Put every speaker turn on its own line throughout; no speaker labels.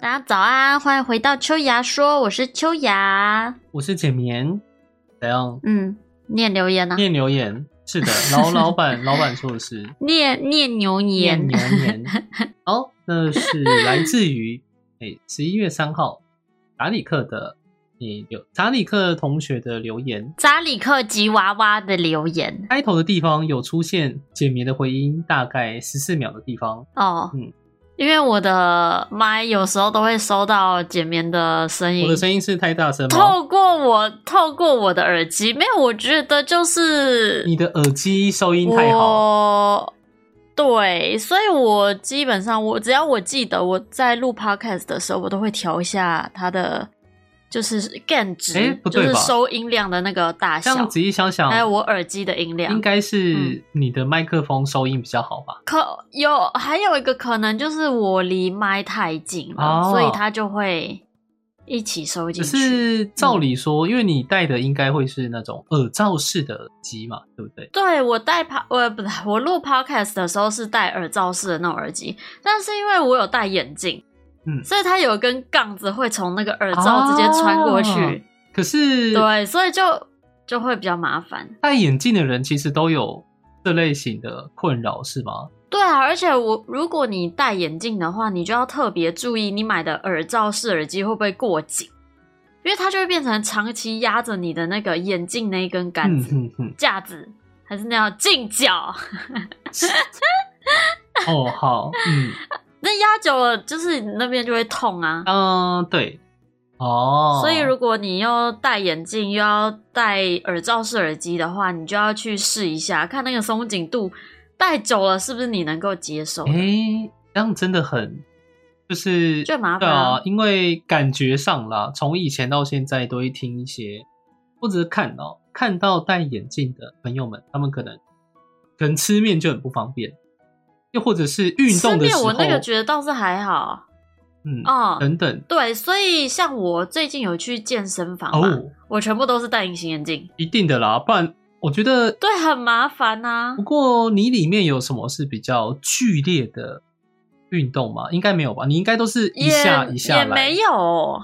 大家早安，欢迎回到秋芽说，我是秋芽。
我是简棉，怎样？
嗯，念留言啊，
念留言是的，老老板老板说 的是
念念牛
念
言
留，言。好，那是来自于诶十一月三号查理克的诶留查理克同学的留言。
扎里克吉娃娃的留言
开头的地方有出现简棉的回音，大概十四秒的地方。
哦。
嗯
因为我的麦有时候都会收到简棉的声音，
我的声音是太大声吗？
透过我透过我的耳机，没有，我觉得就是
你的耳机收音太好，
我对，所以我基本上我只要我记得我在录 podcast 的时候，我都会调一下它的就是 gain 值，
诶不
就
对吧
是收音量的那个大
这样
小，
仔细想想，
还有我耳机的音量
应。该是
嗯
你的麦克风收音比较好吧？
可有还有一个可能就是我离麦太近了，
哦
所以它就会一起收进
只
去。嗯
是照理说，因为你戴的应该会是那种耳罩式的耳机嘛，对不对？
对我戴 p 呃不是我录 podcast 的时候是戴耳罩式的那种耳机，但是因为我有戴眼镜，
嗯
所以它有一根杠子会从那个耳罩直接穿过
哦
去，
可是
对，所以就就会比较麻烦。
戴眼镜的人其实都有这类型的困扰，是吗？
对啊，而且我如果你戴眼镜的话，你就要特别注意你买的耳罩式耳机会不会过紧，因为它就会变成长期压着你的那个眼镜那一根杆
嗯
子、
哼哼。
架子，还是那样镜角。
哦，好，嗯
那压久了，就是你那边就会痛啊。
嗯，对，哦，
所以如果你又戴眼镜又要戴耳罩式耳机的话，你就要去试一下，看那个松紧度，戴久了是不是你能够接受
嗯
的？
诶，这样真的很就是
就麻
对
烦啊
啊，因为感觉上啦，从以前到现在都会听一些，或者是看到看到戴眼镜的朋友们，他们可能可能吃面就很不方便，又或者是运
吃
动的
面
时候，
我那个觉得倒是还好，
嗯、
哦，
等等
对，所以像我最近有去健身房嘛，
哦，
我全部都是戴隐形眼镜，
一定的啦，不然我觉得。
对，很麻烦啊呐、
不过你里面有什么是比较剧烈的运动吗？应该没有吧？你应该都是一
也
下一下
也
来，
没有，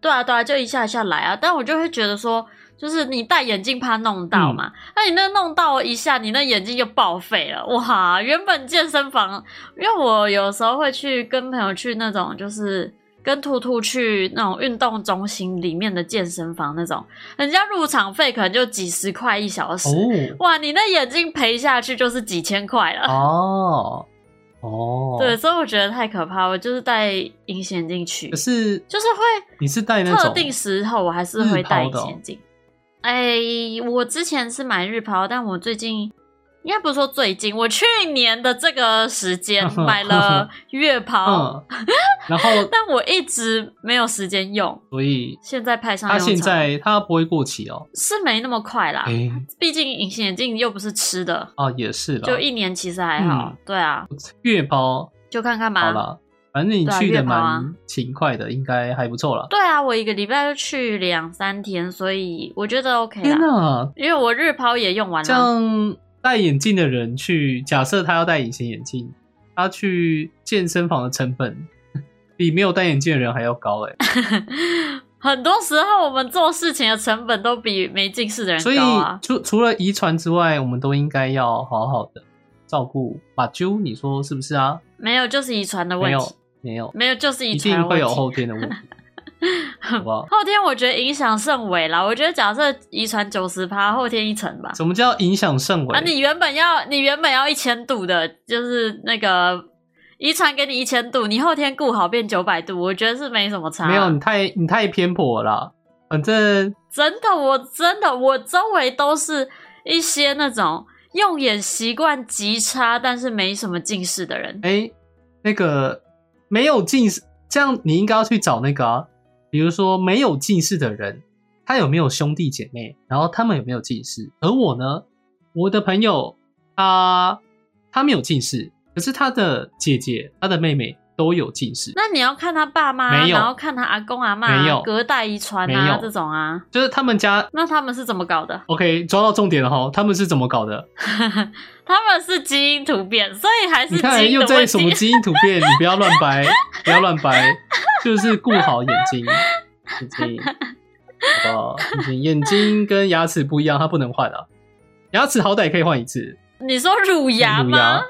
对啊对啊，就一下一下来啊，但我就会觉得说。就是你戴眼镜怕弄
嗯
到嘛，那、你那弄到一下，你那眼镜就报废了。哇，原本健身房，因为我有时候会去跟朋友去那种，就是跟兔兔去那种运动中心里面的健身房那种，人家入场费可能就几十块一小时，
哦，
哇，你那眼镜赔下去就是几千块了。
哦，哦，
对，，所以我觉得太可怕了，我就是戴隐形眼镜去
可，是
就是会
你是戴那
特
种
定时候我还是会戴
日
隐
抛的哦
形眼镜。哎、我之前是买日抛，但我最近应该不是说最近，我去年的这个时间 买了月抛，
嗯，然后
但我一直没有时间用，
所以
现在派上
它
用场。
啊
啊
现在哎它不会过期哦。
是没那么快啦，
诶，
毕竟隐形眼镜又不是吃的，
啊，也是啦，
就一年其实还好。
嗯
对啊，
月抛
就看看吧。
好啦，反正你
啊对啊
去
月
的
抛啊
蛮勤快的，应该还不错啦。
对啊，我一个礼拜就去两三天，所以我觉得 OK
天
啦。
哪，
因为我日抛也用完
这
了，
样戴眼镜的人去，假设他要戴隐形眼镜，他去健身房的成本 比没有戴眼镜的人还要高哎、
很多时候我们做事情的成本都比没近视的人
所以
高啊。
除除了遗传之外，我们都应该要好好的照顾把揪，你说是不是啊？
没有，就是遗传的
没
问
有
题，，
没有，
没有就是遗
一
传的问
定会
题。
有后天的问题， 好不好？
后天我觉得影响甚微啦，我觉得假设遗传九十趴，后天一成吧。
什么叫影响甚微？
啊，你原本要你原本要一千度的，就是那个遗传给你一千度，你后天顾好变九百度，我觉得是没什么差。
没有，你太你太偏颇了啦。反正
真的，我真的，我周围都是一些那种用眼习惯极差，但是没什么近视的人。
哎、那个没有近视，这样你应该要去找那个、啊，比如说没有近视的人，他有没有兄弟姐妹，然后他们有没有近视？而我呢，我的朋友他他没有近视，可是他的姐姐、他的妹妹都有近视，
那你要看他爸妈啊，
没有
然后看他阿公阿妈
没有
啊，隔代遗传
没
啊
有
这种啊，
就是他们家
那他们是怎么搞的？
OK 抓到重点了哈，他们是怎么搞的？
他们是基因突变，所以还是
你
基
看
因
又
的
在
问
什么
题。
基因突变，你不要乱掰，不要乱掰，就是顾好眼睛，眼睛，好不好？眼睛眼睛跟牙齿不一样，它不能换啊，牙齿好歹可以换一次，
你说乳牙
乳牙哦
吗？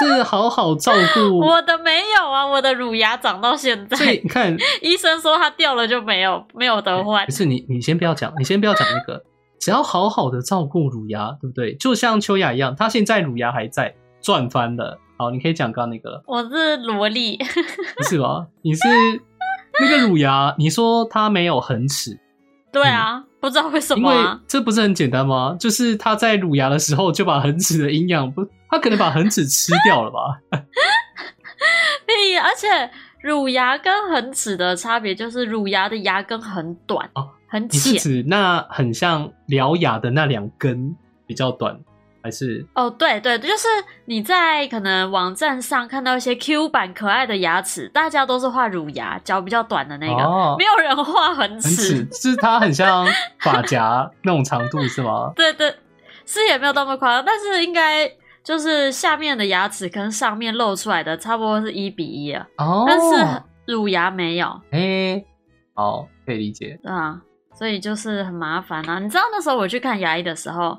可是好好照顾。
我的没有啊，我的乳牙长到现
所以
在，
你看，
医生说它掉了就没有没有得换
可。是你你先不要讲，你先不要讲那个，只要好好的照顾乳牙，对不对？就像秋雅一样，她现在乳牙还在，赚翻了。好，你可以讲刚刚那个了。
我是萝莉，
不是吧？你是那个乳牙，你说它没有恒齿，
对啊，
嗯
不知道为什
因
么
为
啊。
这不是很简单吗？就是它在乳牙的时候就把恒齿的营养不，它可能把恒齿吃掉 了吧？
屁，而且乳牙跟恒齿的差别就是乳牙的牙根很短，
哦
很
你是
浅。
指那很像獠牙的那两根比较短，还是
哦，对对，就是你在可能网站上看到一些 Q 版可爱的牙齿，大家都是画乳牙，脚比较短的那个，
哦
没，有人画恒
恒齿
齿。
就是它很像发夹那种长度是吗？
对对，是也没有那么夸张，但是应该就是下面的牙齿跟上面露出来的差不多是一比一啊，
哦，
但是乳牙没有，
哎、好，可以理解。
对啊，所以就是很麻烦啊。你知道那时候我去看牙医的时候，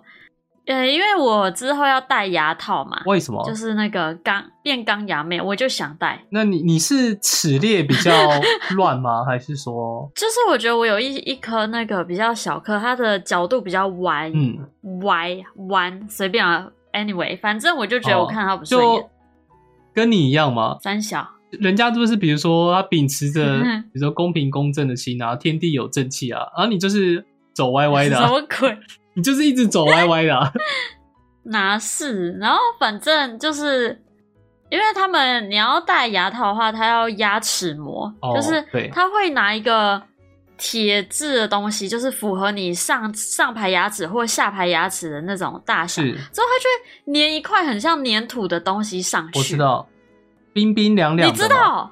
呃，因为我之后要戴牙套嘛，
为什么？
就是那个钢变钢牙妹，我就想戴。
那你你是齿列比较乱吗？还 是说，
就是我觉得我有一一颗那个比较小颗，它的角度比较歪、
嗯，
歪弯，随便啊。Anyway，反正我就觉得我看它不顺眼，
哦就跟你一样嘛，
三小。
人家就是比如说他秉持着比
嗯
如说公平公正的心啊，天地有正气啊，然后你就是走歪歪的 啊、
什么鬼？
你就是一直走歪歪 的、啊，
哪是？然后反正就是，因为他们你要戴牙套的话，它要压齿膜，
哦
就是
对
他会拿一个铁质的东西，就是符合你上上排牙齿或下排牙齿的那种大小，
是
之后它就会粘一块很像粘土的东西上去。
我知，道，冰冰凉凉
你
的，
知，道？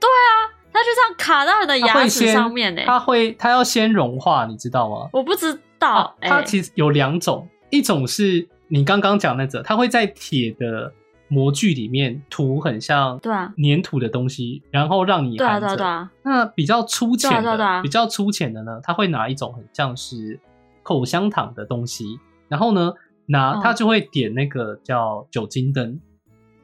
对啊，它就这样卡到你的
它
牙
会
齿
先
上面呢、
它会它要先融化，你知道吗？
我不知
啊
道，，哎、
它其实有两种，一种是你刚刚讲那种，它会在铁的模具里面涂很像
对啊，
粘土的东西，然后让你
对啊，
含
对啊，
着
对。啊，
那比较粗浅的，
对啊对啊对啊
比较粗浅的呢，他会拿一种很像是口香糖的东西，然后呢，拿、
嗯
他就会点那个叫酒精灯，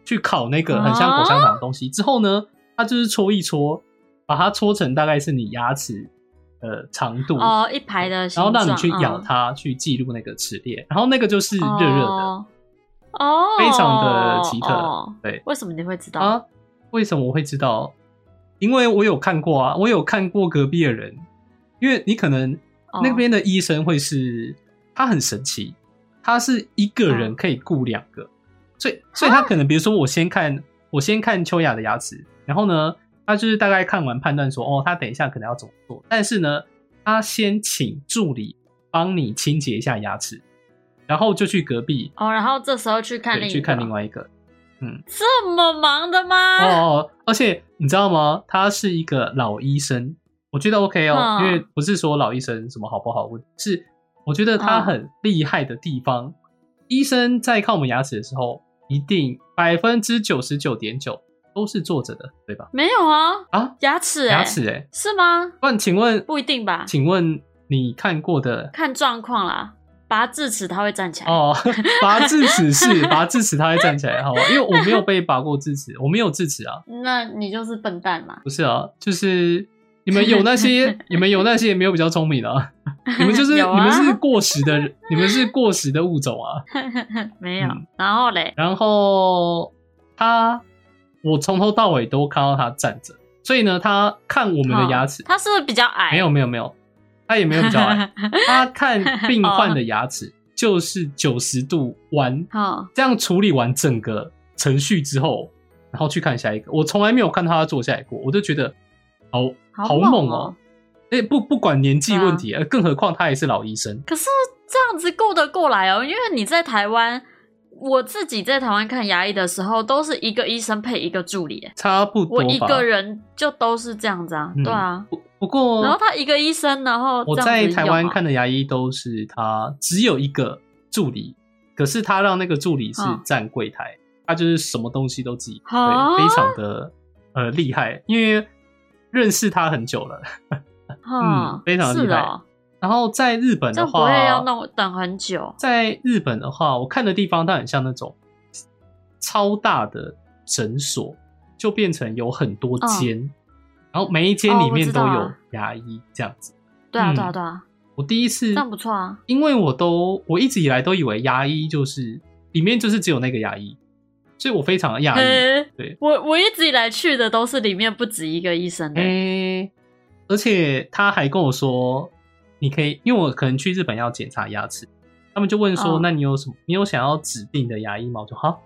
去烤那
啊
个很像口香糖的东西。之后呢，他就是搓一搓，把它搓成大概是你牙齿呃长度，
哦，一排的形
然后
状，
让你去咬
嗯
它，去记录那个齿列，然后那个就是热热的，
哦，哦
非常的奇特
哦
对
为什么你会知道？
啊？为什么我会知道？因为我有看过啊，我有看过隔壁的人，因为你可能
哦
那边的医生会是，他很神奇，他是一个
嗯
人可以雇两个，所
啊
以所以他可能比如说我先看我先看秋雅的牙齿，然后呢，他就是大概看完判断说，哦，他等一下可能要怎么做，但是呢，他先请助理帮你清洁一下牙齿，然后就去隔壁
哦，然后这时候去看
对
另一
去看另
个
外一个，
这么忙的吗？
哦，而且你知道吗？他是一个老医生，我觉得 OK 哦，
嗯
因为不是说老医生什么好不好问，是我觉得他很厉害的地方。医生在看我们牙齿的时候，一定百分之九十九点九都是坐着的，对吧？
没有啊，
啊，
牙齿、欸，
牙齿哎、
是吗？
不然请问，
不一定吧，
请问你看过的
看状况啦。拔智齿它会站起来，
哦，拔智齿是拔智齿，他会站起来，好吧？因为我没有被拔过智齿，我没有智齿啊。
那你就是笨蛋嘛。
不是啊，就是你们有那些， 你们有那些也没有比较聪明的啊，你们就是、
有啊
你们是过时的人，你们是过时的物种啊。
没有，
嗯
然后嘞，
然后他，我从头到尾都看到他站着，所以呢，他看我们的牙齿
哦，它是不是比较矮？
没有没有没有，他也没有比较 矮，他看病患的牙齿就是九十度弯，
哦，
这样处理完整个程序之后，然后去看下一个，我从来没有看他坐下来过，我就觉得好
好
好
猛
猛
哦啊
哦！哎、不不管年纪问题，呃、更何况他也是老医生，
可是这样子够得过来哦，因为你在台湾，我自己在台湾看牙医的时候，都是一个医生配一个助理、欸
差不多
我
吧。
一个人就都是这样子啊，
嗯
对啊。
不不过，
然后他一个医生，然后
我
这样
在
子
台
用
湾
啊
看的牙医都是他只有一个助理，可是他让那个助理是
嗯
站柜台，他就是什么东西都自己
啊
对，非常的呃厉害，因为认识他很久了。
哈
嗯非常厉害
是哦，
然后在日本
这
的
样不会要
话，
弄等很久
在日本的话，我看的地方它很像那种超大的诊所，就变成有很多间，然后每一间
嗯哦
里
我
面
知
都
道
有
啊
牙医这样子。
对啊，
嗯
对啊，对啊，
我第一次
这样不错啊。
因为我都我一直以来都以为牙医就是里面就是只有那个牙医，所以我非常的讶异。
嘿
对
我我一直以来去的都是里面不止一个医生的
哎、
欸，
而且他还跟我说，你可以，因为我可能去日本要检查牙齿，他们就问说，
哦
那你有什么？你有想要指定的牙医吗？我就好，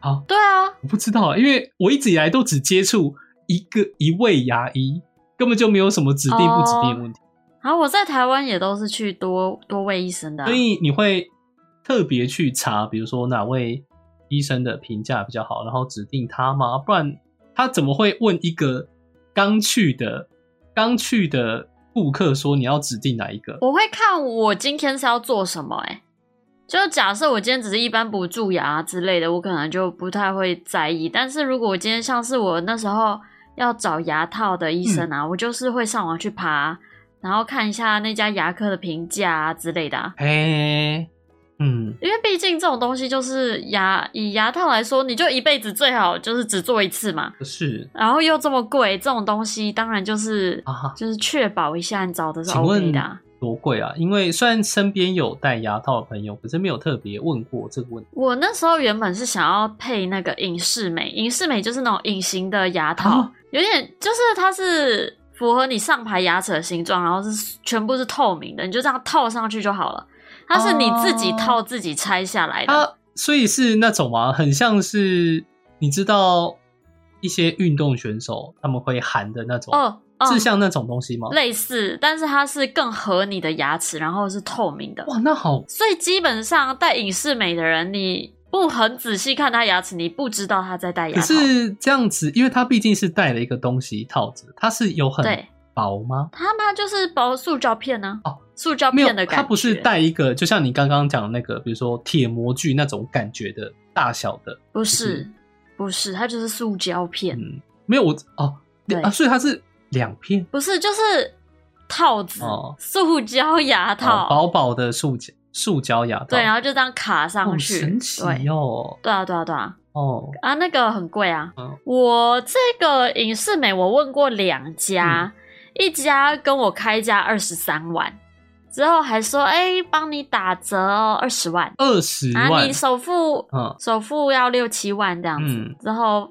好，
对啊，
我不知道，因为我一直以来都只接触一个一位牙医，根本就没有什么指定不指定的问题，
然后我在台湾也都是去多多位医生的啊、
所以你会特别去查，比如说哪位医生的评价比较好，然后指定他吗？不然他怎么会问一个刚去的刚去的顾客说你要指定哪一个？
我会看我今天是要做什么、欸，哎，就假设我今天只是一般补蛀牙之类的，我可能就不太会在意。但是如果我今天像是我那时候要找牙套的医生啊，
嗯
我就是会上网去爬，然后看一下那家牙科的评价啊之类的、啊。
哎，嗯，
因为毕竟这种东西就是牙，以牙套来说，你就一辈子最好就是只做一次嘛，
不是
然后又这么贵，这种东西当然就是、
啊，
就是确保一下你找的是
请问
OK 的、啊。
多贵啊？因为虽然身边有戴牙套的朋友，可是没有特别问过这个问题。
我那时候原本是想要配那个隐适美，隐适美就是那种隐形的牙套，
啊
有点就是它是符合你上排牙齿的形状，然后是全部是透明的，你就这样套上去就好了。它是你自己套自己拆下来的，
它所以是那种吗？很像是你知道一些运动选手他们会含的那种
哦哦，
是像那种东西吗？
类似，但是它是更合你的牙齿，然后是透明的，
哇，那好，
所以基本上戴隐适美的人，你不很仔细看他牙齿，你不知道他在戴牙
可
套。
是这样子，因为它毕竟是带了一个东西套着，它是有很
对
薄吗？
它嘛就是薄塑胶片呢、
哦
塑胶
没有
片的，感觉，
它不是带一个，就像你刚刚讲的那个，比如说铁模具那种感觉的大小的，
不
是
是，不是，它就是塑胶片，
嗯，没有我哦
对
啊，所以它是两片
不是就是套子，
哦
塑胶牙
哦
套，
薄薄的塑胶塑胶牙套，
对，然后就这样卡
好
上去，
哦神奇
对，
哦
对啊，对啊，对啊，
哦，
啊，那个很贵啊。
嗯
我这个影视美，我问过两家，
嗯
一家跟我开价二十三万，之后还说，哎、帮你打折哦，二十万，
二十
啊，
万
你，首付
嗯
首付要六七万这样子。
嗯，
之后，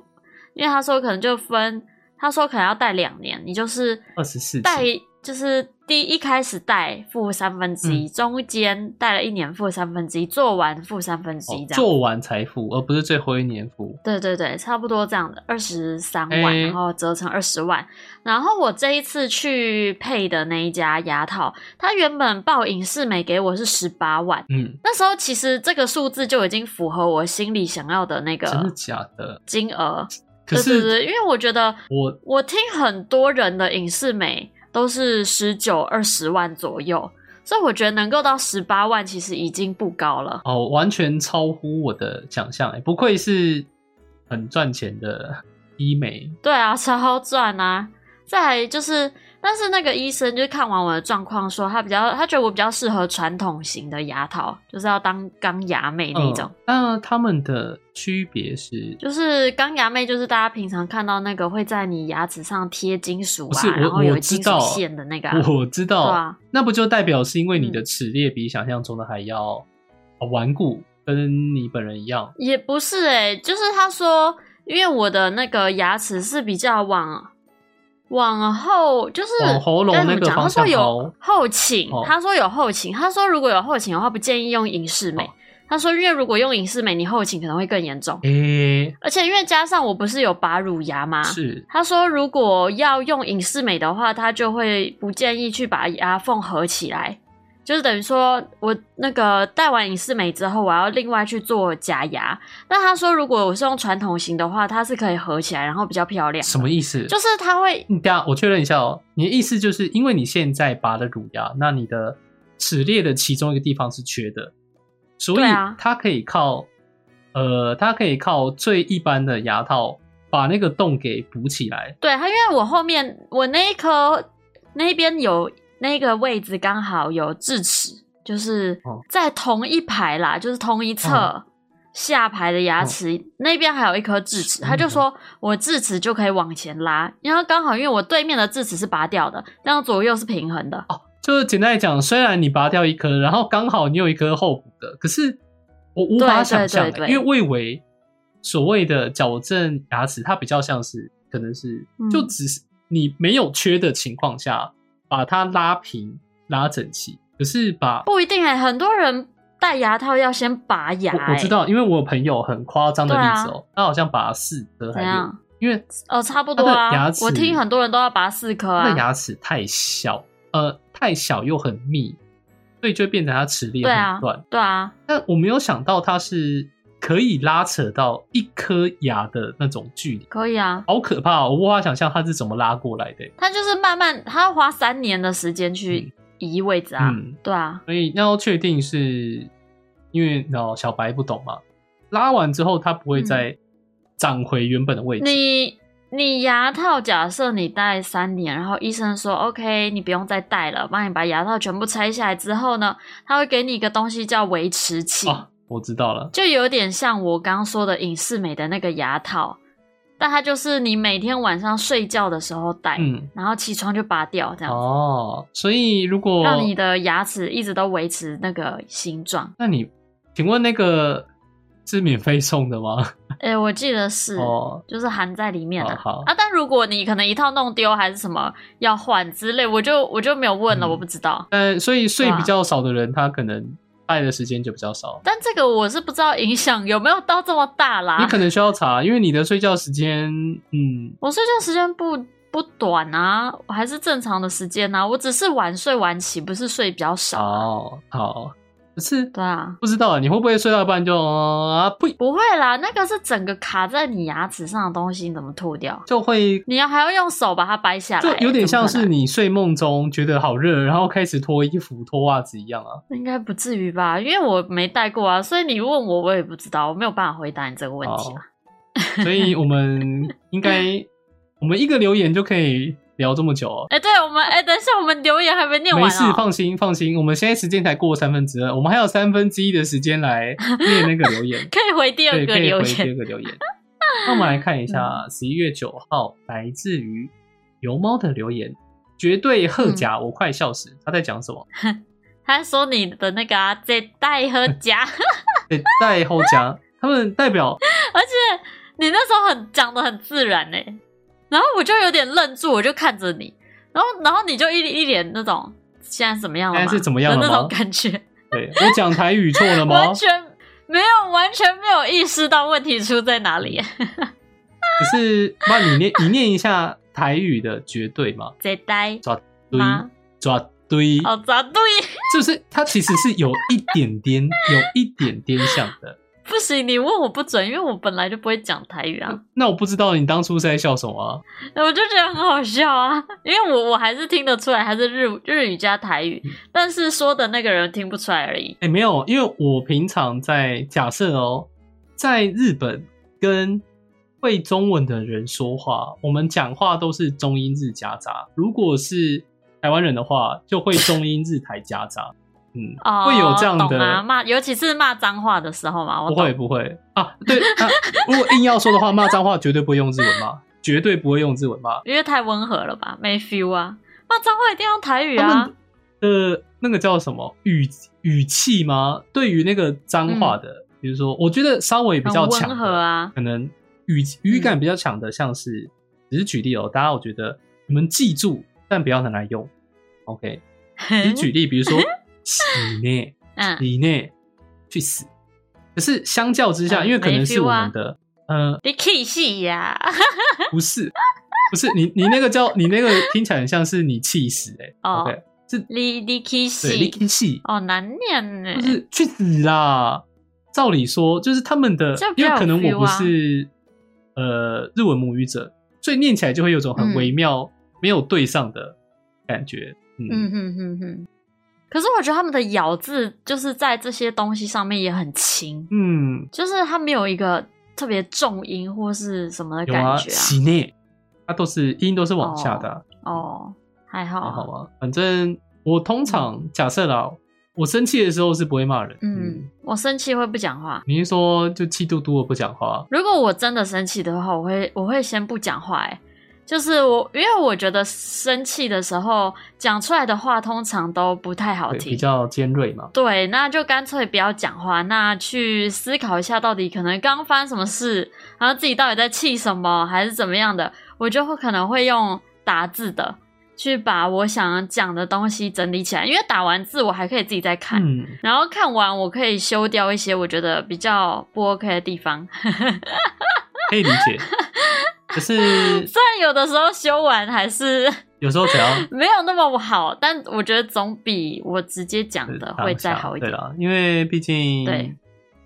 因为他说可能就分，他说可能要贷两年，你就是
二十哦四
贷，就是第一开始贷付三分之
嗯
一，中间贷了一年付三分之一，做完付三分之一
哦
这样。
做完才付，而不是最后一年付。
对对对，差不多这样的，二十三万，
哎
然后折成二十万。然后我这一次去配的那一家牙套，它原本报影视美给我是十八万，
嗯，
那时候其实这个数字就已经符合我心里想要的那
真的
个
假的？
金额。
可
啊对对
是
对，因为我觉得
我
我听很多人的影视美都是十九二十万左右，所以我觉得能够到十八万其实已经不高了。
哦，完全超乎我的想象，哎，不愧是很赚钱的医美，
对啊，超赚啊！再来就是，但是那个医生就看完我的状况说，他比较，他觉得我比较适合传统型的牙套，就是要当钢牙妹那种。
嗯那他们的区别是，
就是钢牙妹，就是大家平常看到那个会在你牙齿上贴金属
不
啊
是，
然后
我
有
我知
金属
道
线的那个、啊，
我知
对
道，
啊，
那不就代表是因为你
嗯
的齿列比想象中的还要呃顽固，跟你本人一样。
也不是哎、就是他说，因为我的那个牙齿是比较往往后，就是
往喉咙
该怎么
那个
讲
方向
他说
凹
有后倾，
哦
他说有后倾，他说如果有后倾的话，不建议用隐适美。
哦
他说，因为如果用隐适美，你后倾可能会更严重，
诶、
而且因为加上我不是有拔乳牙吗？
是
他说，如果要用隐适美的话，他就会不建议去把牙缝合起来，就是等于说我那个戴完隐适美之后，我要另外去做假牙。但他说，如果我是用传统型的话，它是可以合起来，然后比较漂亮。
什么意思？
就是它会
你等一下我确认一下哦，你的意思就是因为你现在拔了乳牙，那你的齿列的其中一个地方是缺的，所以
对啊
它可以靠、呃，它可以靠最一般的牙套把那个洞给补起来。
对它，因为我后面我那一颗那边有那个位置刚好有智齿，就是
哦
在同一排啦，就是同一侧。
嗯
下排的
哦
牙齿、那边还有一颗智齿，他
嗯
就说我智齿就可以往前拉，因为刚好因为我对面的智齿是拔掉的，但左右是平衡的。
哦，就是简单来讲，虽然你拔掉一颗，然后刚好你有一颗后补的，可是我无法
对对
想象欸、
对对
因为我以为所谓的矫正牙齿，它比较像是可能是
嗯
就只是你没有缺的情况下，把它拉平、拉整齐。可是把
不一定哎、很多人戴牙套要先拔牙、欸
我我知，道，因为我有朋友很夸张的
对啊
例子哦、他好像拔四颗还
怎
是
样？
因为
哦，差不多啊
他的牙。齿
我听很多人都要拔四颗
他
啊
的。牙齿太小，呃，太小又很密，所以就变成他齿列
对啊
很乱。，
对啊，
但我没有想到它是可以拉扯到一颗牙的那种距离，
可以啊。
好可怕、哦！我无法想象它是怎么拉过来的、欸
他就是慢慢，他要花三年的时间去移位置啊。
嗯，
对啊，
所以那要确定是因为哦小白不懂嘛，拉完之后它不
嗯
会再长回原本的位置。
你你牙套假设你戴三年，然后医生说 OK，你不用再戴了，帮你把牙套全部拆下来之后呢，他会给你一个东西叫维持器。
哦，我知道了，
就有点像我刚刚说的隐适美的那个牙套，但它就是你每天晚上睡觉的时候戴，
嗯，
然后起床就拔掉，这样子、
哦，所以如果
让你的牙齿一直都维持那个形状。
那你请问那个是免费送的吗？
哎、我记得是，
哦，
就是含在里面
好
啊。
好，
啊，但如果你可能一套弄丢还是什么要换之类，我就我就没有问了，
嗯
我不知道。
但所以睡
对啊
比较少的人，他可能戴的时间就比较少。
但这个我是不知道影响有没有到这么大
你
啦。
可能需要查，因为你的睡觉时间，嗯，
我睡觉时间不不短啊，我还是正常的时间啊，我只是晚睡晚起，不是睡比较少啊、
好好，可是
对啊，
不知道你会不会睡到一半就啊呸，
不会啦，那个是整个卡在你牙齿上的东西，你怎么吐掉？
就会
你要还要用手把它掰下
就
来，
有点
怎么
像
啊
是
可能，
你睡梦中觉得好热，然后开始脱衣服、脱袜子一样啊。
应该不至于吧？因为我没戴过啊，所以你问我，我也不知道，我没有办法回答你这个问
哦
题啊。
所以我们应该，我们一个留言就可以聊这么久哦。
哎、对我们，哎、等一下，我们留言还没念完
没事，
啊、
放心放心，我们现在时间才过三分之二，我们还有三分之一的时间来念那个留 言。
可以回第二
对，
个
可以
留
回第
言。嗯
二个留言。那我们来看一下十一月九号来自于油猫的留言，绝对贺甲，
嗯
我快笑死！他在讲什么？
他说你的那个啊，这戴和 夹，
对，代后 甲，他们代表
而且你那时候很讲的很自然哎、然后我就有点愣住，我就看着你，然后然后你就一一脸那种现在怎么样了吗？
现在是怎么样了吗
的那种感觉，
对我讲台语错了 吗
完？全没有完全没有意识到问题出在哪里。
可是，那你念你念一下台语的绝对嘛？
在呆
堆
吗？
抓堆，
哦，答对，
是不是？它其实是有一点 点，有一点点像的。
不行，你问我不准，因为我本来就不会讲台语啊，
那我不知道你当初是在笑什么啊？
我就觉得很好笑啊， 因为我我还是听得出来，还是日日语加台
嗯
语，但是说的那个人听不出来而已。
哎、没有，因为我平常在假设哦，在日本跟会中文的人说话，我们讲话都是中英日夹杂。如果是台湾人的话，就会中英日台夹杂。嗯，
哦，
会有这样
懂
的，
啊，骂尤其是骂脏话的时候嘛，我
不
懂
会不会啊？对啊，如果硬要说的话，骂脏话绝对不会用日文骂，绝对不会用日文骂。
因为太温和了吧，没 feel 啊，骂脏话一定要台语
他
啊
们，呃，那个叫什么语语气吗？对于那个脏话的，比如说，我觉得稍微比较
嗯很
强
温
的
和啊，嗯
可能语语感比较强的，像是只是举例哦，大家我觉得你们记住，但不要拿来用。OK，只是举例，比如 说死呢，
嗯，
你呢，去死。可是相较之下，
嗯
因为可能
没
是
feel
我
啊
们的，呃，
你 K 戏呀，
不是，不是你你那个叫你那个听起来很像是你气死哎、
哦
o k 这
里里 k
对 l
西
i k 系
哦，难念
就
呢。
是去死啦！照理说，就是他们的
这样，比
因
较
为可能
有
我
feel
不
啊
是呃日文母语者，所以念起来就会有种很
嗯
微妙、没有对上的感觉。嗯，
嗯哼哼哼。可是我觉得他们的咬字就是在这些东西上面也很轻，
嗯
就是它没有一个特别重音或是什么的
有
感
啊，
觉
喜内，它都是音都是往下的啊、
啊。哦，嗯还好
还好
啊，
吧。反正我通常假设啦，我生气的时候是不会骂人。嗯
嗯，，我生气会不讲话。
你是说就气嘟嘟的不讲话？
如果我真的生气的话，我会我会先不讲话、欸，就是我因为我觉得生气的时候讲出来的话通常都不太好
对，
听
比，较尖锐嘛。
对，那就干脆不要讲话，那去思考一下到底可能刚发生什么事，然后自己到底在气什么，还是怎么样的，我就会可能会用打字的去把我想讲的东西整理起来，因为打完字我还可以自己再看，
嗯，
然后看完我可以修掉一些我觉得比较不 OK 的地方。
可以理 解。可是
虽然有的时候修完还是
有时候只要
没有那么好，但我觉得总比我直接讲
是
的
当
会再
下
好一点啊
对。啦，因为毕竟
对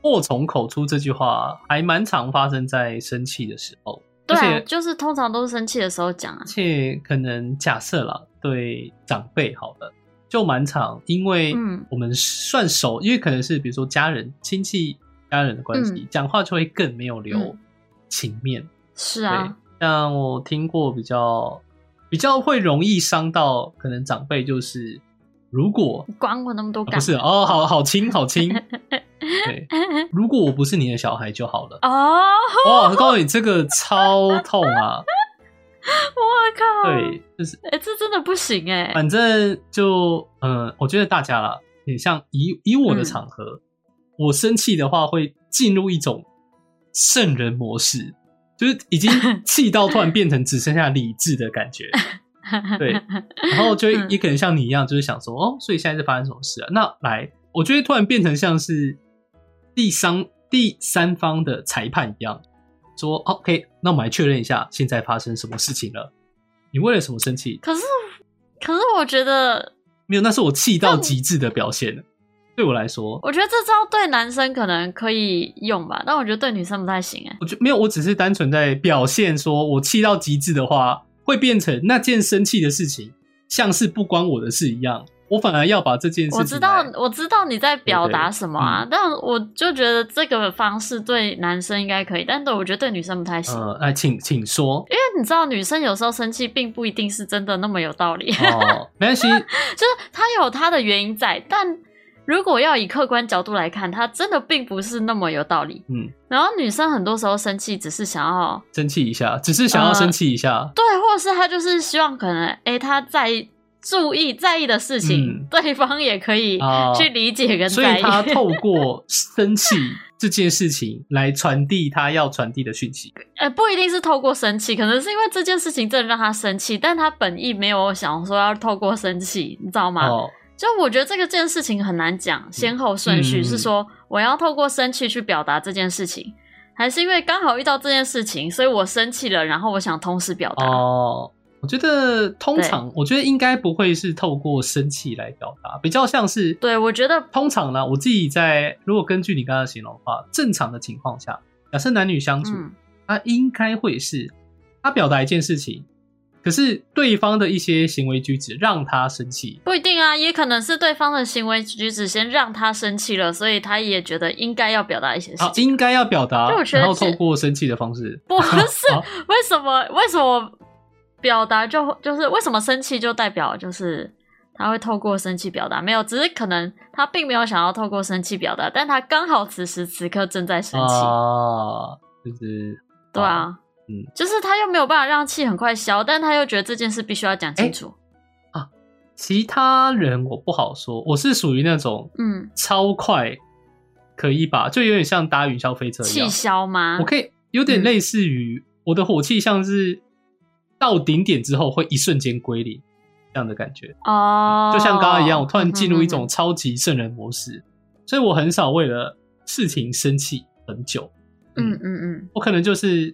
祸从口出这句话还蛮常发生在生气的时候，
对
而
啊，
且
就是通常都是生气的时候讲啊
而。且可能假设啦，对长辈好了，就蛮常，因为
嗯
我们算熟，因为可能是比如说家人、亲戚、家人的关系，
嗯
讲话就会更没有留
嗯
情面。
是啊，
对，像我听过比较比较会容易伤到可能长辈，就是如果
管我那么多
啊
干
不
嘛？
是哦，好好亲 好亲。对，如果我不是你的小孩就好了。
哦，
哇，告诉你这个超痛啊！
我靠！
对，啊就是
哎、这真的不行哎、
反正就嗯、呃我觉得大家啦，你像以以我的
嗯
场合，我生气的话会进入一种圣人模式，就是已经气到突然变成只剩下理智的感觉。 对，然后就会
嗯
也可能像你一样，就是想说，哦，所以现在是发生什么事啊？那来，我就会突然变成像是第三第三方的裁判一样，说哦 OK，那我们来确认一下现在发生什么事情了。你为了什么生气？
可是，可是我觉得，
没有，那是我气到极致的表现了。对我来说，
我觉得这招对男生可能可以用吧，但我觉得对女生不太行哎、
我就没有，我只是单纯在表现，说我气到极致的话，会变成那件生气的事情，像是不关我的事一样。我反而要把这件事情，
我知道，我知道你在表达什么啊，
对嗯
但我就觉得这个方式对男生应该可以，但对我觉得对女生不太行，
呃，哎，请请说。
因为你知道女生有时候生气并不一定是真的那么有道理，
哦，没关系，
就是她有她的原因在，但如果要以客观角度来看，她真的并不是那么有道理。
嗯，
然后女生很多时候生气只是想要
生气一下，只是想
哦
要生气一下。
对，或者是她就是希望可能诶，她在注意在意的事情，
嗯
对方也可以
啊
去理解跟
所以
在意。
他透过生气这件事情来传递他要传递的 讯息。
呃，不一定是透过生气，可能是因为这件事情真的让她生气，但她本意没有想说要透过生气，你知道吗？
哦，
就我觉得这个件事情很难讲先后顺序，
嗯
是说我要透过生气去表达这件事情，还是因为刚好遇到这件事情，所以我生气了，然后我想同时表达。
哦，我觉得通常，我觉得应该不会是透过生气来表达，比较像是
对，我觉得
通常呢，我自己在如果根据你刚刚的形容的话，正常的情况下，假设男女相处，
嗯
他应该会是他表达一件事情，可是对方的一些行为举止让他生气。
不一定啊，也可能是对方的行为举止先让他生气了，所以他也觉得应该要表达一些事
好，
情。
应该要表达
就我，觉得
然后
是
透过生气的方式，
不是
好
为什么？为什么表达就就是为什么生气就代表就是他会透过生气表达？没有，只是可能他并没有想要透过生气表达，但他刚好此时此刻正在生气，
啊，就是
对啊，
嗯，
就是他又没有办法让气很快消，但他又觉得这件事必须要讲清楚，
其他人我不好说，我是属于那种
嗯，
超快可以把，就有点像搭云霄飞车一
气
样，
消吗？
我可以有点
嗯
类似于我的火气像是到顶点之后会一瞬间归零这样的感觉，
哦，
就像刚刚一样，我突然进入一
嗯
种超级圣人模式，所以我很少为了事情生气很久，
嗯嗯嗯嗯，
我可能就是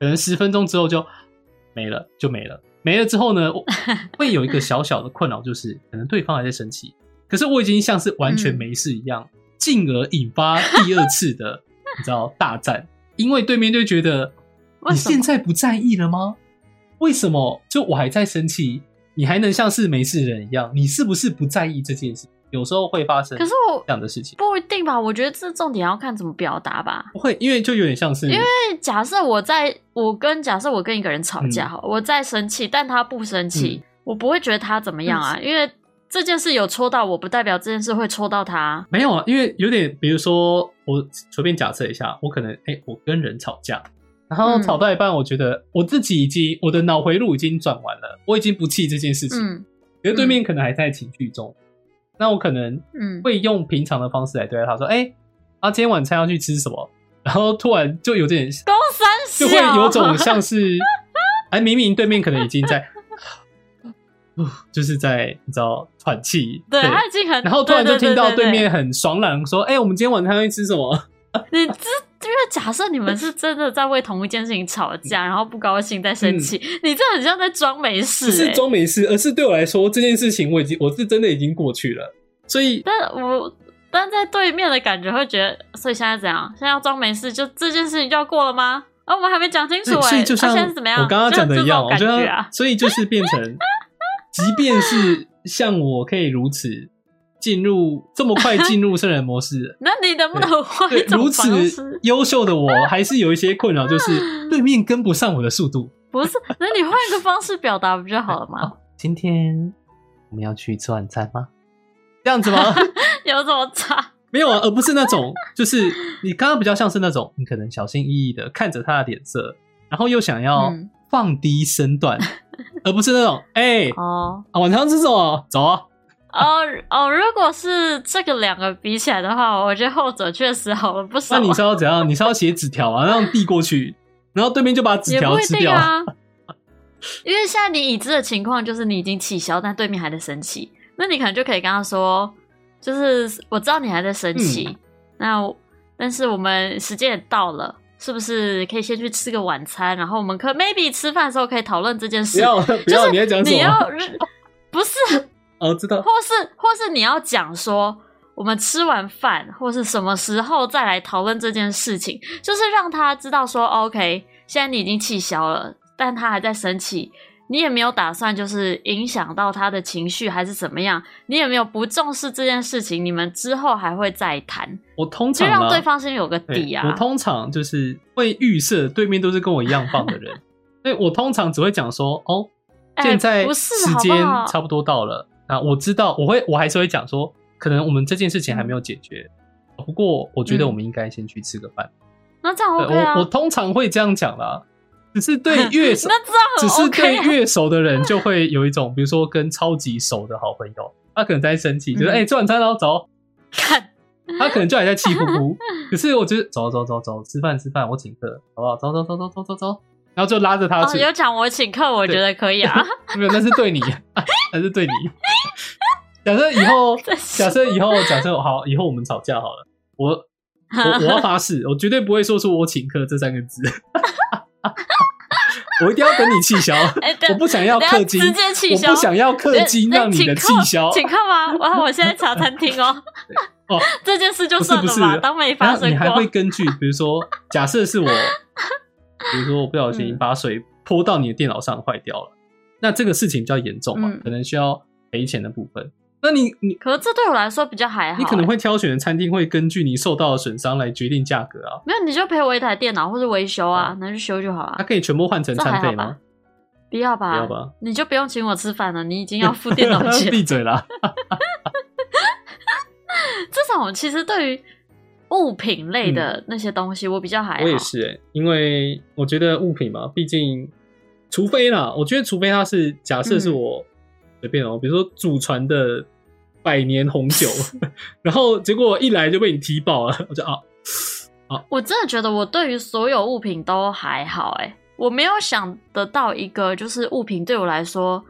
可能十分钟之后就没了，就没了，没了之后 呢，我会有一个小小的困扰，就是可能对方还在生气，可是我已经像是完
嗯
全没事一样，进而引发第二次 的你知道大战，因为对面就觉得
为
你
什么
现在不在意了吗？为什么就我还在生气，你还能像是没事人一样？你是不是不在意这件事？有时候会发生
可是我
这样的事情，
不一定吧，我觉得这重点要看怎么表达吧。
不会，因为就有点像是
因为假设我在我跟假设我跟一个人吵架
嗯
好了，我在生气，但他不生气，我不会觉得他怎么样啊，
嗯
因为这件事有戳到我，不代表这件事会戳到他。
没有啊，因为有点，比如说我随便假设一下，我可能哎、我跟人吵架，然后
嗯
吵到一半，我觉得我自己已经我的脑回路已经转完了，我已经不气这件事情，
嗯
可是对面可能还在情绪中，那我可能
嗯，
会用平常的方式来对待他，说哎、啊今天晚餐要去吃什么，然后突然就有点
公三
就
小
会有种像是， 哎，明明对面可能已经在， 就是在你知道喘气，
对他已经 很，
然后突然就听到
对
对面很爽朗说：“哎、我们今天晚餐会吃什么
你这因为假设你们是真的在为同一件事情吵
嗯
架，然后不高兴在生气，你这很像在装没？”
不
事、
嗯是
欸。
装没事，而是对我来说这件事情我已经我是真的已经过去了，所以
但我但在对面的感觉会觉得，所以现在怎样？现在要装没事，就这件事情就要过了吗？啊，我们还没讲清楚
对
哎、
所以就像
啊、现在是怎么样？
我刚刚讲的一样，
就
我
是这
觉
种感
得
觉啊，
所以就是变成，即便是像我可以如此进入这么快进入圣人模 式，
那你能不能换
对
一
如
种
此
方式？
优秀的我，还是有一些困扰，就是对面跟不上我的速度。
不是，那你换一个方式表达不就好了 吗？
今天我们要去吃晚餐吗？这样 子吗？
有这么差？
没有啊，而不是那种，就是你刚刚比较像是那种，你可能小心翼翼的看着他的脸色，然后又想要
嗯
放低 身段，而不是那种，哎、
哦
啊晚上吃什么？走啊！
哦哦，如果是这个两个比起来的话，我觉得后者确实好了不少
那
啊。
你是要怎样？你是要写纸条啊，让递过去，然后对面就把纸
也
条
不一
吃
定
掉。
啊，因为现在你已知的情况就是你已经气消，但对面还在生气，那你可能就可以跟他说，就是我知道你还在生气，
嗯
那我但是我们时间也到了。是不是可以先去吃个晚餐，然后我们可 maybe 吃饭的时候可以讨论这件
不
事？
要不
就
要，
是
你在讲什
你
么？
要不是，啊
哦，知道
或是或是你要讲说，我们吃完饭或是什么时候再来讨论这件事情，就是让他知道说，OK，现在你已经气消了，但他还在生气，你也没有打算就是影响到他的情绪还是怎么样，你也没有不重视这件事情，你们之后还会再谈，
我通
就
常
让
啊
对方先有个
对
底
我
啊。
通常就是会预设对面都是跟我一样棒的 人，所以我通常只会讲说，哦，
哎
现在
不是
时
好不
间
好
差不多到了啊，我知道，我会我还是会讲说，可能我们这件事情还没有解决，不过我觉得
嗯
我们应该先去吃个饭。
那这样
对
OK 啊
呃我我？通常会这样讲啦，只是对越 熟，
那这
只
样很
是
OK
对
啊。
越熟的人就会有一种，比如说跟超级熟的好朋友，他可能在生气，就是
嗯
哎、吃晚餐喽，走。
看
他可能就还在气呼 呼。可是我觉得走走走走，吃饭吃饭，我请客，好不好？走走走走走走走，然后就拉着他
哦，
去，
有讲我请客，我觉得可以 啊。
没有，那是对你，啊 那是对你。假设以后，
真是
假设以后，假设好，以后我们吵架好 了，我我我要发誓，我绝对不会说出我请客这三个字， 我一定要等你气 消，
哎，等
我不想要
等下
氪金，
直接气
我
消
不。想要 氪金
那
让你的气消。
请客吗？哇，我现在茶餐厅哦。
哦，
这件事就
不是
算了吧，
不是
当没
然
发
后你
生
还
过
会。根据，比如说，假设 是我，比如说我不小心
嗯
把水泼到你的电脑上坏掉了，那这个事情比较严重嘛，
嗯
可能需要赔钱的部分。那你你
可是这对我来说比较还好、
你可能
欸
会挑选的餐厅会根据你受到的损伤来决定价格啊，
没有，你就赔我一台电脑或者维修啊，拿去修就好
它
啊。
可以全部换成餐费吗？
不要
不
吧，
要吧，
你就不用请我吃饭了，你已经要付电脑钱。
闭嘴啦！
至少我其实对于物品类的那些东西，我比较还好。
嗯我也是哎、因为我觉得物品嘛，毕竟除非啦，我觉得除非它是假设是
嗯
我随便哦、比如说祖传的百年红 酒，然后结果一来就被你踢爆了，我就啊，
我真的觉得我对于所有物品都还好、欸，我没有想得到一个就是物品对我来说，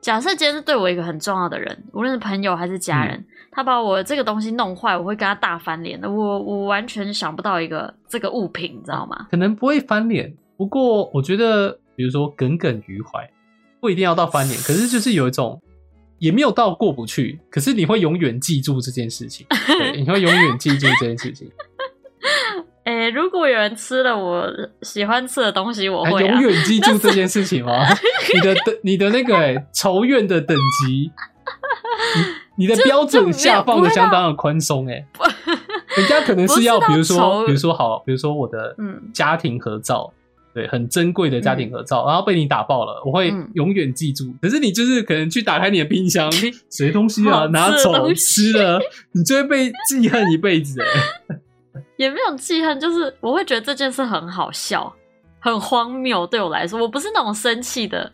假设今天是对我一个很重要的人，无论是朋友还是家
嗯
人，他把我这个东西弄坏，我会跟他大翻脸的。我我完全想不到一个这个物品，你知道吗？
可能不会翻脸，不过我觉得比如说耿耿于怀，不一定要到翻脸，可是就是有一种也没有到过不去，可是你会永远记住这件事情，对，你会永远记住这件事情，
哎、如果有人吃了我喜欢吃的东西，我
还
会啊
哎永。远记住这件事情 吗？你的等你的那个、欸、仇怨的等 级，你你的
就就
标
没
准
有
下放
不
的
会
相当的宽松哎，人家可能是要
不是到
比如说
仇
比如说好，比如说我的
嗯
家庭合照。对，很珍贵的家庭合照，然后被你打爆了，我会
嗯
永远记住。可是你就是可能去打开你的 冰箱，谁东西啊
好吃的
拿走
东
吃
西
了，你就会被记恨一辈子、欸。
也没有记恨，就是我会觉得这件事很好笑，很荒谬。对我来说，我不是那种生气的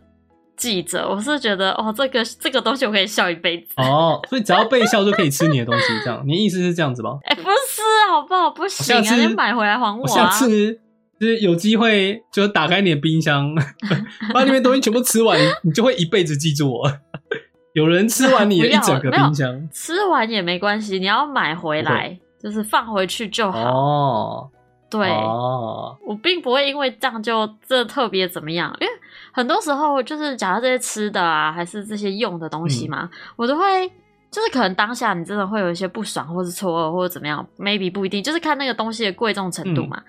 记者，我是觉得哦，这个这个东西我可以笑一辈子。
哦，所以只要被笑就可以吃你的东西，这样？你的意思是这样子吗？
哎、不是，好不好？不
我
行
下
啊，
次
你买回来还
我
啊
下！次就是有机会，就打开你的冰箱， 把里面东西全部吃完，你就会一辈子记住我。有人吃 完你的
啊
一整个冰箱
吃完也没关系，你要买回来，就是放回去就好。
哦，
对，
哦，
我并不会因为这样就这特别怎么样，因为很多时候就是讲到这些吃的啊，还是这些用的东西嘛，我都会就是可能当下你真的会有一些不爽，或是错愕，或者怎么样，maybe 不一定，就是看那个东西的贵重程度嘛。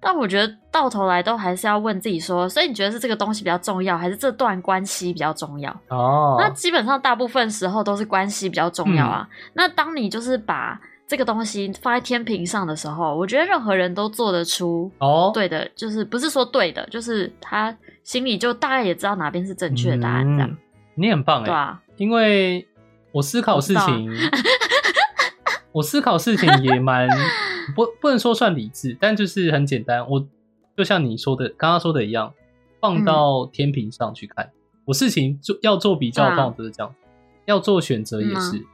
但我觉得到头来都还是要问自己说，所以你觉得是这个东西比较重要，还是这段关系比较重要？那
哦，
基本上大部分时候都是关系比较重要啊。那当你就是把这个东西放在天平上的时候，我觉得任何人都做得出
哦，
对的，就是不是说对的，就是他心里就大概也知道哪边是正确的答案，这样、
嗯你很棒
对
哎，
啊，
因为我思考事情， 我思考事情也蛮不 不能说算理智，但就是很简单。我就像你说的，刚刚说的一样，放到天平上去看，我事情做要做比较
对，啊
刚好就是这样，要做选择也
嗯啊
是。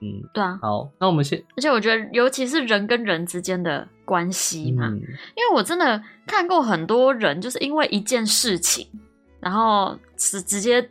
嗯，
对啊。
好，那我们先
而且我觉得，尤其是人跟人之间的关系嘛，
嗯
因为我真的看过很多人，就是因为一件事情，然后直直接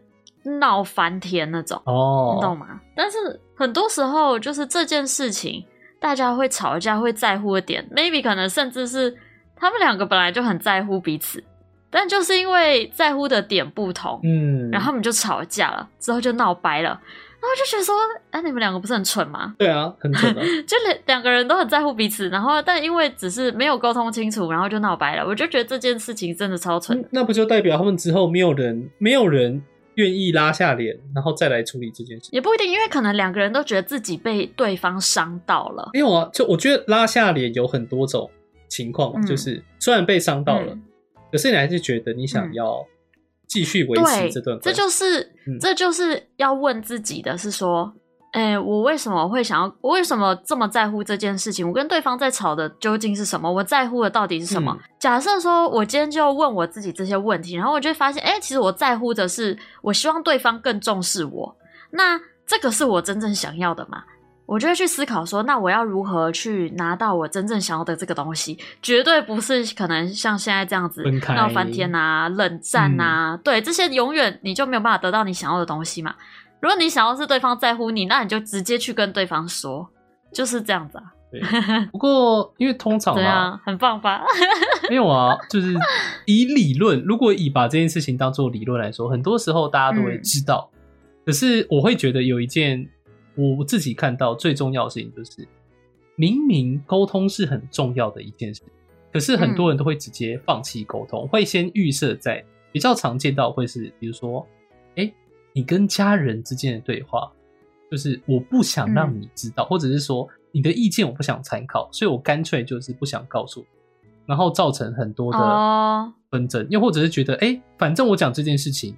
闹翻天那种。你懂
哦，
吗？但是很多时候就是这件事情，大家会吵架，会在乎的点，maybe 可能甚至是他们两个本来就很在乎彼此，但就是因为在乎的点不同，
嗯，
然后他们就吵架了，之后就闹掰了。然后就觉得说，哎、你们两个不是很蠢吗？
对啊，很准的，
就两两个人都很在乎彼此，然后但因为只是没有沟通清楚，然后就闹掰了。我就觉得这件事情真的超蠢的。
那不就代表他们之后没有人没有人愿意拉下脸，然后再来处理这件事。
也不一定，因为可能两个人都觉得自己被对方伤到了，
没有啊，就我觉得拉下脸有很多种情况嘛，
嗯
就是虽然被伤到了，
嗯
可是你还是觉得你想要继续维持
对，
这段关系。
就是、
嗯
这就是要问自己的是说，哎、我为什么会想要，我为什么这么在乎这件事情？我跟对方在吵的究竟是什么？我在乎的到底是什么？
嗯
假设说我今天就问我自己这些问题，然后我就会发现，哎、其实我在乎的是，我希望对方更重视我。那这个是我真正想要的吗？我就会去思考说，那我要如何去拿到我真正想要的这个东西？绝对不是可能像现在这样子
分开
闹翻天啊、冷战
嗯
啊，对这些永远你就没有办法得到你想要的东西嘛。如果你想要是对方在乎你，那你就直接去跟对方说，就是这样子啊，
不过因为通常
对
啊，
啊，很棒吧？
没有啊，就是以理论，如果以把这件事情当做理论来说，很多时候大家都会
嗯
知道。可是我会觉得有一件我自己看到最重要的事情，就是明明沟通是很重要的一件事，可是很多人都会直接放弃沟通，会先预设在比较常见到会是，比如说，哎、你跟家人之间的对话，就是我不想让你知道，或者是说你的意见我不想参考，所以我干脆就是不想告诉你，然后造成很多的
哦
纷争，又或者是觉得，哎、反正我讲这件事情，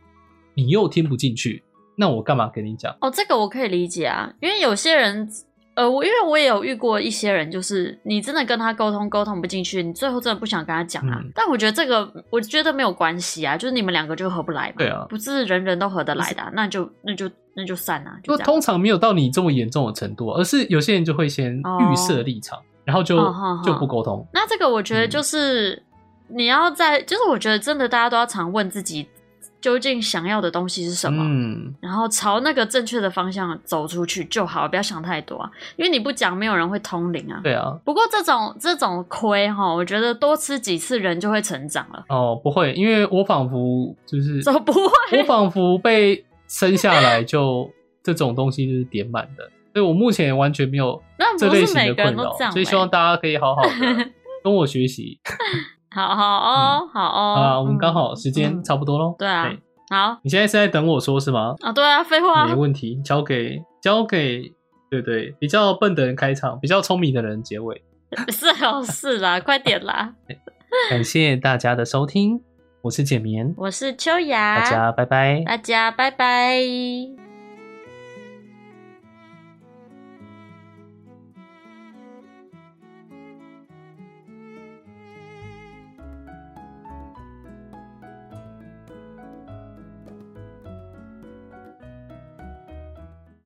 你又听不进去，那我干嘛跟你讲？
哦，这个我可以理解啊，因为有些人，呃，我因为我也有遇过一些人，就是你真的跟他沟通沟通不进去，你最后真的不想跟他讲啊。
嗯
但我觉得这个，我觉得没有关系啊，就是你们两个就合不来嘛，
对啊
不是人人都合得来的啊、那就那就那就散啊，
就
就这样。
通常没有到你这么严重的程度，而是有些人就会先预设
哦
立场，然后就、
哦好好
就不沟通。
那这个我觉得
嗯
就是、你要在，就是我觉得真的大家都要常问自己，究竟想要的东西是什么，
嗯，
然后朝那个正确的方向走出去就好，不要想太多啊，因为你不讲，没有人会通灵啊。
对啊，
不过这种这种亏哈，我觉得多吃几次人就会成长了，
哦，不会，因为我仿佛 就是
怎么不
我
会？
仿佛被生下来就这种东西就是点满的，所以我目前完全没有
那
这
不
类
是
型
每
的
个
困
人
扰
都这，样、欸。
所以希望大家可以好好 的跟我学习
好好哦，好哦。
啊。我们刚好
嗯
时间
嗯
差不多喽。
对啊好
你现在是在等我说是吗？
啊，对啊，废话啊
没，问题，交给交给对对，比较笨的人开场，比较聪明的人 结尾。
是哦，是啦，快点啦！
感谢大家的收听，我是简眠，
我是秋雅，
大家拜拜。
大家拜拜。